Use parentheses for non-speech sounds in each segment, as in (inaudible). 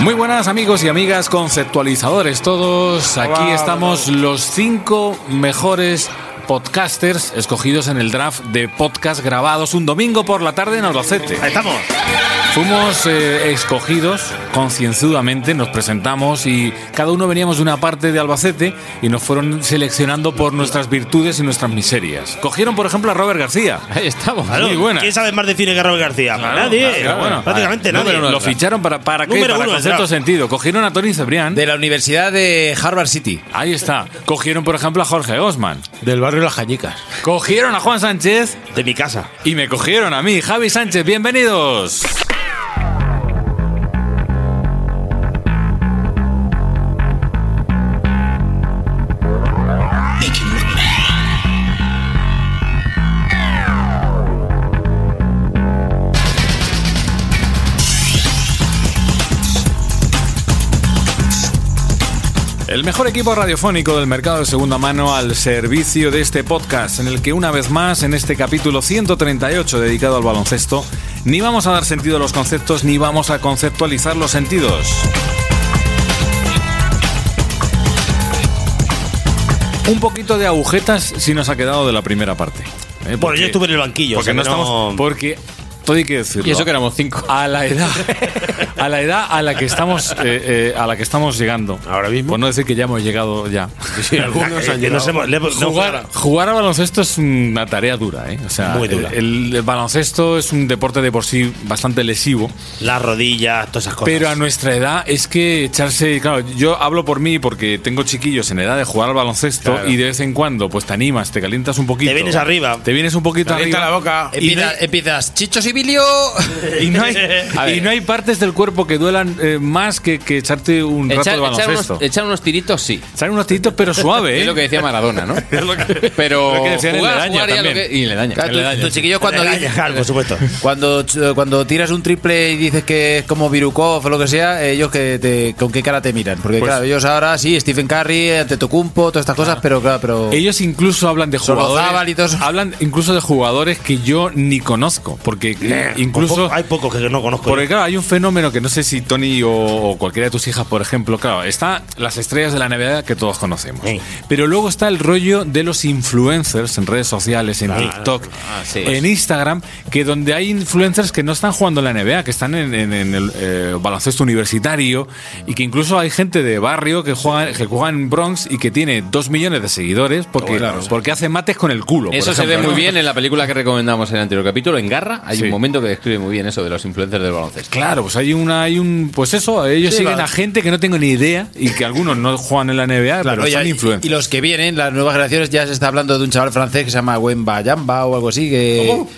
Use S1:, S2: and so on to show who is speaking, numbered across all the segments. S1: Muy buenas amigos y amigas conceptualizadores todos. Aquí estamos los cinco mejores podcasters escogidos en el draft de podcast grabados un domingo por la tarde en Albacete.
S2: Ahí estamos.
S1: Fuimos eh, escogidos concienzudamente, nos presentamos y cada uno veníamos de una parte de Albacete y nos fueron seleccionando por nuestras virtudes y nuestras miserias. Cogieron, por ejemplo, a Robert García. Ahí estamos.
S2: Claro,
S1: muy buena.
S2: ¿Quién sabe más de cine que Robert García?
S1: Claro,
S2: nadie.
S1: claro, bueno.
S2: prácticamente
S1: Número
S2: nadie.
S1: uno, Lo ficharon para, para qué?
S2: Número
S1: Para
S2: uno,
S1: concepto
S2: claro.
S1: sentido. Cogieron a Tony Cebrián.
S3: De la Universidad de Harvard City.
S1: Ahí está. Cogieron, por ejemplo, a Jorge Osman.
S3: Del barrio Las Cañicas.
S1: Cogieron a Juan Sánchez
S2: De mi casa.
S1: y me cogieron a mí, Javi Sánchez. Bienvenidos. El mejor equipo radiofónico del mercado de segunda mano al servicio de este podcast, en el que una vez más, en este capítulo 138 dedicado al baloncesto, ni vamos a dar sentido a los conceptos ni vamos a conceptualizar los sentidos. Un poquito de agujetas si nos ha quedado de la primera parte. ¿eh?
S2: Bueno, yo estuve en el banquillo.
S1: porque
S4: ¿eh?
S2: o sea
S1: no
S2: que
S1: estamos. Porque todo hay que decirlo.
S3: Y eso que éramos cinco.
S1: a la edad a la edad a la que estamos eh, eh, a la que estamos llegando
S3: Ahora mismo.
S1: por no decir que ya hemos llegado ya
S2: Algunos
S3: han
S1: (laughs)
S2: nos hemos, le hemos- no,
S1: jugar jugar a baloncesto es una tarea dura ¿eh? o sea
S2: Muy dura.
S1: El, el baloncesto es un deporte de por sí bastante lesivo
S2: Las rodillas, todas esas cosas.
S1: pero a nuestra edad es que echarse, claro, yo hablo por mí porque tengo chiquillos en edad de jugar al baloncesto y de vez en cuando pues te animas, te calientas un poquito.
S2: Te vienes arriba.
S1: Te vienes un poquito
S5: Calienta
S1: arriba.
S5: la boca.
S1: Y no hay-
S3: Empiezas, empiezas, eh, chichos y bilio.
S1: Y
S6: (laughs)
S1: no, hay,
S3: A ver.
S1: y no hay partes del cuerpo que duelan eh, más que, que echarte un rato
S6: Echar,
S1: de
S6: echar
S1: baloncesto.
S6: unos, echar unos tiritos, sí.
S1: Salen unos tiritos,
S6: (laughs)
S1: pero suave, ¿eh?
S6: Es lo que decía Maradona,
S1: (laughs)
S6: ¿no? Pero
S1: lo que decían en
S6: jugar,
S1: Ledaña
S6: jugar ya lo
S1: también.
S6: que- y le daña.
S3: Claro,
S1: le daña,
S3: tus
S1: sí.
S3: chiquillos cuando,
S2: Te
S3: dicen-
S2: dañas, (laughs) claro, por supuesto.
S3: cuando, ch- cuando tiras un triple y dices que es como Virukov o lo que sea, ellos que te- con qué cara te miran. Porque
S1: Pues- Ah.
S3: claro, ellos ahora sí, Stephen Curry, eh, Antetokounmpo, todas estas cosas, pero claro, pero...
S1: Ellos incluso hablan de
S3: Sorozábal y todo
S1: jugadores.
S3: eso.
S1: Hablan incluso de jugadores que yo ni conozco. Porque eh,
S2: Por
S1: incluso.
S2: poco- hay pocos que no conozco.
S6: eh.
S1: Porque claro, hay un fenómeno que no sé si Tony o, o cualquiera de tus hijas, por ejemplo, claro, está las estrellas de la NBA que todos conocemos.
S2: Sí.
S1: Pero luego está el rollo de los influencers en redes sociales, en TikTok,
S6: sí.
S1: en Instagram, que donde hay influencers que no están jugando en la NBA, que están en, en- en el eh, baloncesto universitario y que incluso hay gente de barrio que juega, que juega en Bronx y que tiene dos millones de seguidores porque, porque hace mates con el culo. por
S6: Eso se ve
S1: ejemplo,
S6: muy
S1: ¿no?
S6: bien en la película que recomendamos en el anterior capítulo, en Garra. Hay
S1: Sí.
S6: un momento que describe muy bien eso de los influencers del baloncesto.
S1: Claro, pues hay una, hay un, pues eso, ellos siguen a gente que no tengo ni idea y que algunos no juegan en la NBA, pero
S3: Oye,
S1: son
S3: y-
S1: influencers.
S3: y los que vienen, las nuevas generaciones, ya se está hablando de un chaval francés que se llama Wemba Yamba o algo así, que... pues,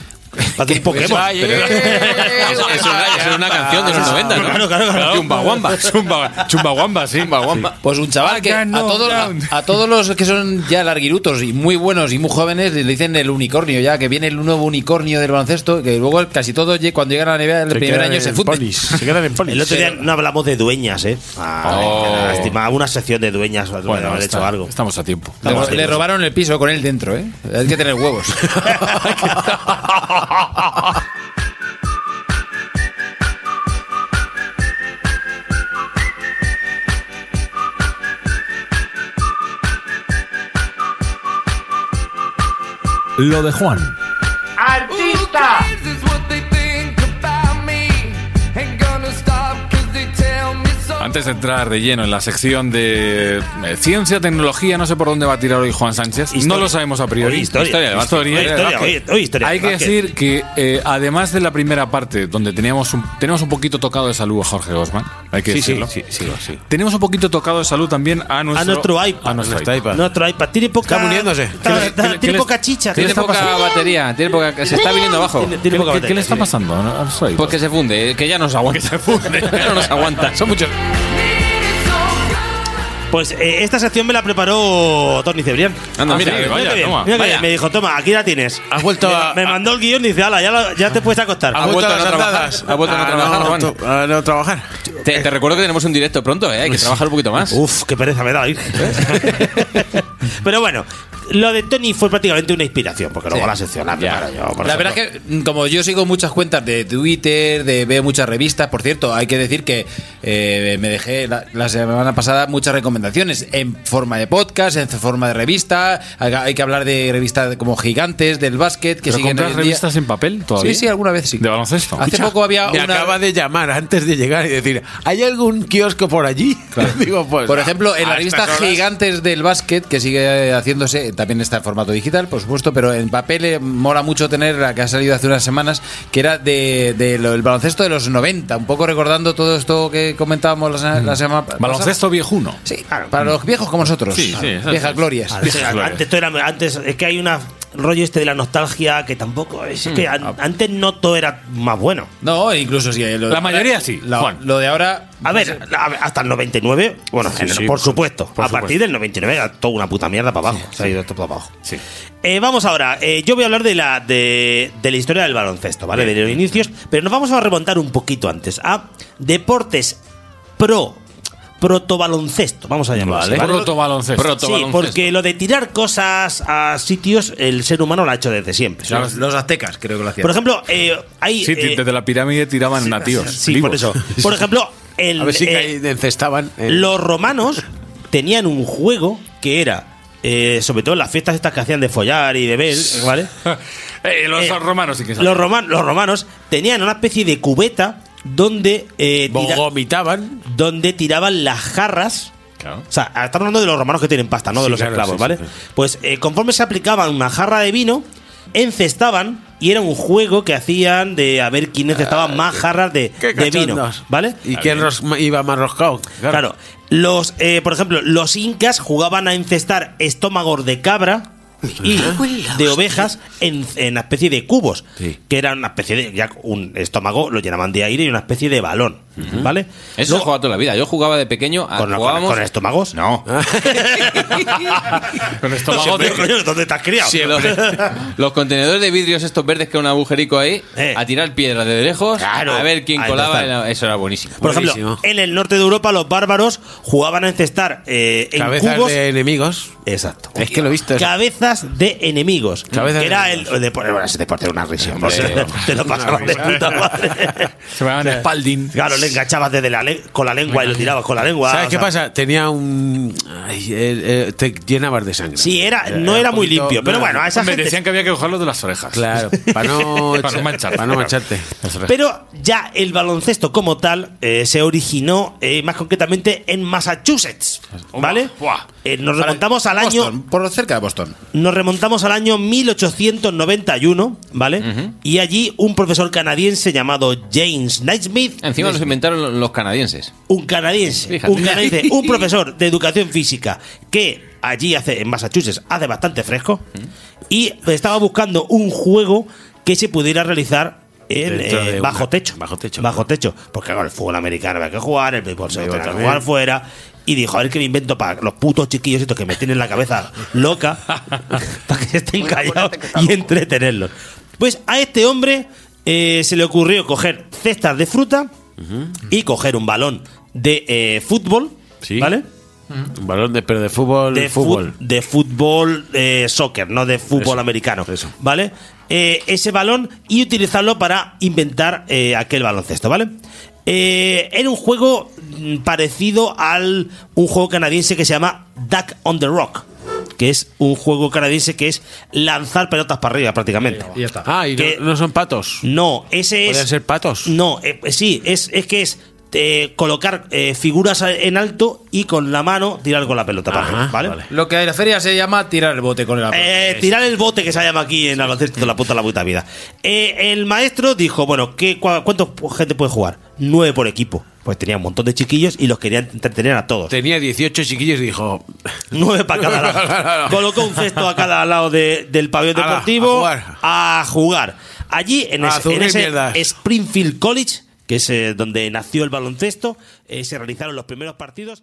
S2: Hace un Pokémon.
S1: (laughs)
S6: Pero-
S3: (laughs)
S6: Eso- eso era- eso era una canción de los 90, ¿no?
S2: Claro, claro, claro.
S1: Chumbaguamba, chumba, chumbaguamba, sí. Chumbaguamba.
S3: Pues un chaval que a,
S1: Back and
S3: todos, a,
S1: down.
S3: a todos los que son ya larguirutos y muy buenos y muy jóvenes le dicen el unicornio ya, que viene el nuevo unicornio del baloncesto, que luego casi todos lle- cuando llegan a la NBA el primer año se funden.
S5: Se quedan en polis.
S2: El otro día no hablamos de dueñas, ¿eh? Ah, lástima, una sección de dueñas.
S1: Oh. Bueno,
S2: haber
S1: está-
S2: hecho algo.
S1: Estamos a tiempo.
S3: Le,
S2: Estamos
S3: le robaron el piso con él dentro, ¿eh? Hay que tener
S1: (laughs)
S3: huevos.
S2: (laughs)
S1: Lo de Juan. Antes de entrar de lleno en la sección de eh, ciencia, tecnología, no sé por dónde va a tirar hoy Juan Sánchez. No
S2: Historia.
S1: lo sabemos a priori.
S2: Hoy historia.
S1: del básquet,
S2: Hoy historia,
S1: del básquet.
S2: hoy- hoy historia
S1: ¿eh? Hay
S2: del
S1: que
S2: básquet.
S1: decir que eh, además de la primera parte, donde teníamos un, tenemos un poquito tocado de salud a Jorge Gosman, hay que
S6: Sí, sí,
S1: decirlo.
S6: sí, sí, sí.
S1: Tenemos un poquito tocado de salud también a nuestro,
S2: A nuestro iPad.
S1: a nuestro
S6: Nuestro
S1: iPad.
S6: iPad.
S2: Nuestro iPad tiene poca.
S6: Está muriéndose.
S2: está-
S1: ¿Qué le-
S2: está-
S1: qué le- qué
S2: tiene
S1: le-
S2: poca chicha.
S3: Tiene poca batería, tiene poca, se está viniendo abajo.
S2: Tiene-
S1: ¿Qué,
S2: tiene poca
S1: qué- qué le
S2: batería,
S1: está
S2: sí.
S1: pasando a nuestro iPad?
S6: Pues que se funde, eh, que ya nos
S3: (laughs)
S6: aguanta. se funde, ya no nos aguanta. Son muchos.
S2: Pues eh, esta sección me la preparó Tony Cebrián.
S6: Anda, mira,
S2: Ah, sí,
S6: Ah, vaya,
S2: qué bien,
S6: toma.
S2: mira qué bien.
S6: Vaya.
S2: Me dijo, toma, aquí la tienes.
S6: Has vuelto
S2: me,
S6: a-
S2: me mandó el guión y dice, ala, ya, la- ya te puedes acostar.
S6: ¿Has vuelto a no trabajar? ¿Has vuelto a
S2: Ah,
S6: no trabajar, Juan?
S5: to- a no trabajar.
S6: Te, te recuerdo que tenemos un directo pronto, ¿eh? Hay que trabajar un poquito
S1: Uh,
S6: más.
S2: Uf, qué pereza me da ir. (laughs) Pero bueno, lo de Tony fue prácticamente una inspiración, porque luego la sección la preparo yo. por
S3: La
S2: ejemplo.
S3: verdad es que, mm, como yo sigo muchas cuentas de Twitter, de, veo muchas revistas, por cierto, hay que decir que eh, me dejé la, la semana pasada muchas recomendaciones en forma de podcast, en forma de revista. Hay, hay que hablar de revistas como Gigantes, del básquet, que
S1: ¿Pero
S3: siguen hoy
S1: compras
S3: en día.
S1: revistas en papel todavía?
S3: Sí, sí, alguna vez sí.
S1: ¿De baloncesto?
S3: Hace poco había
S5: Me
S3: una.
S5: acaba de llamar antes de llegar y decir, ¿hay algún kiosco por allí? (laughs) Digo, pues.
S3: Por ejemplo, en
S5: a
S3: la revista
S5: estas horas-
S3: Gigantes del Básquet, que sigue haciéndose, también está en formato digital, por supuesto, pero en papel eh, mola mucho tener la que ha salido hace unas semanas, que era de, de lo- el baloncesto de los 90, un poco recordando todo esto que comentábamos la, se- la semana pasada.
S1: Mm. Baloncesto viejuno.
S3: Sí, para los viejos como nosotros.
S1: Sí, sí, eso
S3: Viejas
S1: es.
S3: glorias.
S2: Antes, antes todo era- antes- es que hay una rollo este de la nostalgia que tampoco es que
S1: Mm,
S2: an-
S1: ah.
S2: antes no todo era más bueno.
S3: No, incluso sí. eh, Lo,
S1: La mayoría sí,
S3: la-
S1: Juan.
S3: Lo de ahora. pues, eh,
S2: A ver, a ver, hasta el 99, bueno, en-
S1: sí,
S2: por supuesto, a
S1: supuesto.
S2: partir del 99 era toda una puta mierda para abajo, se ha ido todo para abajo. Eh, vamos ahora, eh, yo voy a hablar de la de, de la historia del baloncesto, ¿vale? De los inicios, pero nos vamos a remontar un poquito antes a deportes pro protobaloncesto, vamos a llamarlo. así, ¿vale?
S1: Proto baloncesto.
S6: Proto
S2: Sí,
S6: baloncesto.
S2: porque lo de tirar cosas a sitios el ser humano lo ha hecho desde siempre.
S3: Los, los aztecas, creo que lo hacían.
S2: Por ejemplo, eh, hay.
S1: Sí,
S2: eh,
S1: desde la pirámide tiraban nativos.
S2: sí,
S1: vivos.
S2: por
S1: (laughs)
S2: eso. Por ejemplo, el,
S5: A ver si
S2: eh,
S5: caí- encestaban. eh,
S2: los romanos tenían un juego que era. eh, sobre todo en las fiestas estas que hacían de follar y de ver, ¿vale?
S1: Eh, los
S2: Eh,
S1: romanos sí que saben.
S2: Los, roman- los romanos tenían una especie de cubeta donde, eh, tira-
S5: Vomitaban.
S2: donde tiraban las jarras
S1: Claro.
S2: O sea, estamos hablando de los romanos que tienen pasta, no de
S5: Sí,
S2: los
S5: claro,
S2: esclavos,
S5: sí,
S2: ¿vale?
S5: sí,
S2: Pues eh, conforme se aplicaban una jarra de vino, encestaban y era un juego que hacían de a ver quién encestaba más jarras de,
S5: Ah, Qué
S2: de vino,
S5: cachondos.
S2: ¿vale?
S5: ¿Y quién ros- iba más roscado?
S2: Claro. Los, eh, por ejemplo, los incas jugaban a encestar estómagos de cabra y
S5: Ah.
S2: de ovejas en, en una especie de cubos, que era una especie de ya un estómago lo llenaban de aire y una especie de balón, ¿vale?
S6: Eso he
S2: Luego-
S6: jugado toda la vida. Yo jugaba de pequeño. a-
S2: con, la- con-
S6: jugábamos
S2: con estómagos.
S6: No. (laughs)
S1: Con estómago
S2: Hombre,
S1: de...
S2: coño, ¿Dónde te has criado?
S6: Los, (laughs) los contenedores de vidrios estos verdes que era un agujerico ahí,
S2: Eh.
S6: a tirar piedras de lejos,
S2: Claro.
S6: a ver quién
S2: Ahí
S6: colaba.
S2: está.
S6: en la- Eso era buenísimo.
S2: Por
S5: Buenísimo.
S2: ejemplo, en el norte de Europa los bárbaros jugaban a encestar eh, en
S5: Cabezas
S2: cubos.
S5: de enemigos.
S2: Exacto.
S5: Es que lo he visto. eso.
S2: Cabezas de enemigos.
S5: Cabezas
S2: que
S5: de
S2: era
S5: enemigos.
S2: el, el deporte. Bueno, ese deporte era una risión. no sé, (laughs) te lo pasabas de puta madre.
S1: Se llamaban Spalding.
S2: Claro, le enganchabas desde la le- con la lengua y lo tirabas con la lengua.
S5: ¿Sabes
S2: o
S5: qué
S2: sea,
S5: pasa? Tenía un. ay, eh, eh, te llenabas de sangre.
S2: Sí, era, no
S5: un
S2: era muy
S5: poquito-
S2: limpio, pero
S5: no,
S2: bueno, a esa
S1: Me
S2: gente.
S1: decían que había que cogerlos de las orejas.
S5: Claro, para no,
S1: Para no mancharte.
S5: Para no mancharte.
S2: Pero ya el baloncesto como tal eh, se originó eh, más concretamente en Massachusetts, ¿vale?
S1: Buah.
S2: Eh, nos
S3: Para-
S2: remontamos al año
S3: Boston, por cerca de Boston.
S2: Nos remontamos al año 1891, ¿vale? Y allí un profesor canadiense llamado James Naismith,
S6: Encima los inventaron los- los canadienses.
S2: un canadiense,
S6: Fíjate.
S2: un canadiense, un profesor de educación física que allí hace en Massachusetts hace bastante fresco y estaba buscando un juego que se pudiera realizar en,
S5: Dentro
S2: eh,
S5: de
S2: bajo
S5: una-
S2: techo,
S5: bajo techo.
S2: bajo techo, porque claro, el fútbol americano había que jugar, el béisbol se
S5: Béisbol
S2: tenía que
S5: también.
S2: jugar fuera. Y dijo, a ver qué me invento para los putos chiquillos estos que me tienen la cabeza
S5: (laughs)
S2: loca, para que se estén callados y entretenerlos. Pues a este hombre eh, se le ocurrió coger cestas de fruta y coger un balón de eh, fútbol,
S5: Sí.
S2: ¿vale?
S5: Un balón de, pero de fútbol.
S2: de
S5: fútbol.
S2: fut- de fútbol eh, soccer, no de fútbol
S5: Eso,
S2: americano.
S5: eso.
S2: ¿Vale? Eh, ese balón y utilizarlo para inventar eh, aquel baloncesto, ¿vale? Eh, era un juego mm, parecido al un juego canadiense que se llama Duck on the Rock. que es un juego canadiense que es lanzar pelotas para arriba prácticamente.
S6: Y ya está. Ah, y no-
S2: Que-
S6: no, son patos.
S2: No, ese
S6: Podrían
S2: es.
S6: ser patos.
S2: No, eh, eh, sí, es, es que es eh, colocar eh, figuras a- en alto y con la mano tirar con la pelota para
S6: Ajá,
S2: arriba, ¿vale?
S6: vale.
S3: Lo que en la feria se llama tirar el bote con el agua.
S2: Eh, tirar el bote que se llama aquí en Albacete de la puta la puta vida. Eh, el maestro dijo, bueno, ¿qué, cua- ¿cuánto gente puede jugar? Nueve por equipo. Pues tenía un montón de chiquillos y los quería entretener a todos.
S6: Tenía 18 chiquillos y dijo.
S2: Nueve para cada
S6: (laughs)
S2: lado. Colocó un cesto a cada lado de- del pabellón
S6: Ala, a
S2: deportivo a
S6: jugar.
S2: jugar. Allí, en,
S6: A
S2: ese-
S6: azul
S2: en
S6: y
S2: ese
S6: mierdas.
S2: Springfield College, que es eh, donde nació el baloncesto, eh, se realizaron los primeros partidos.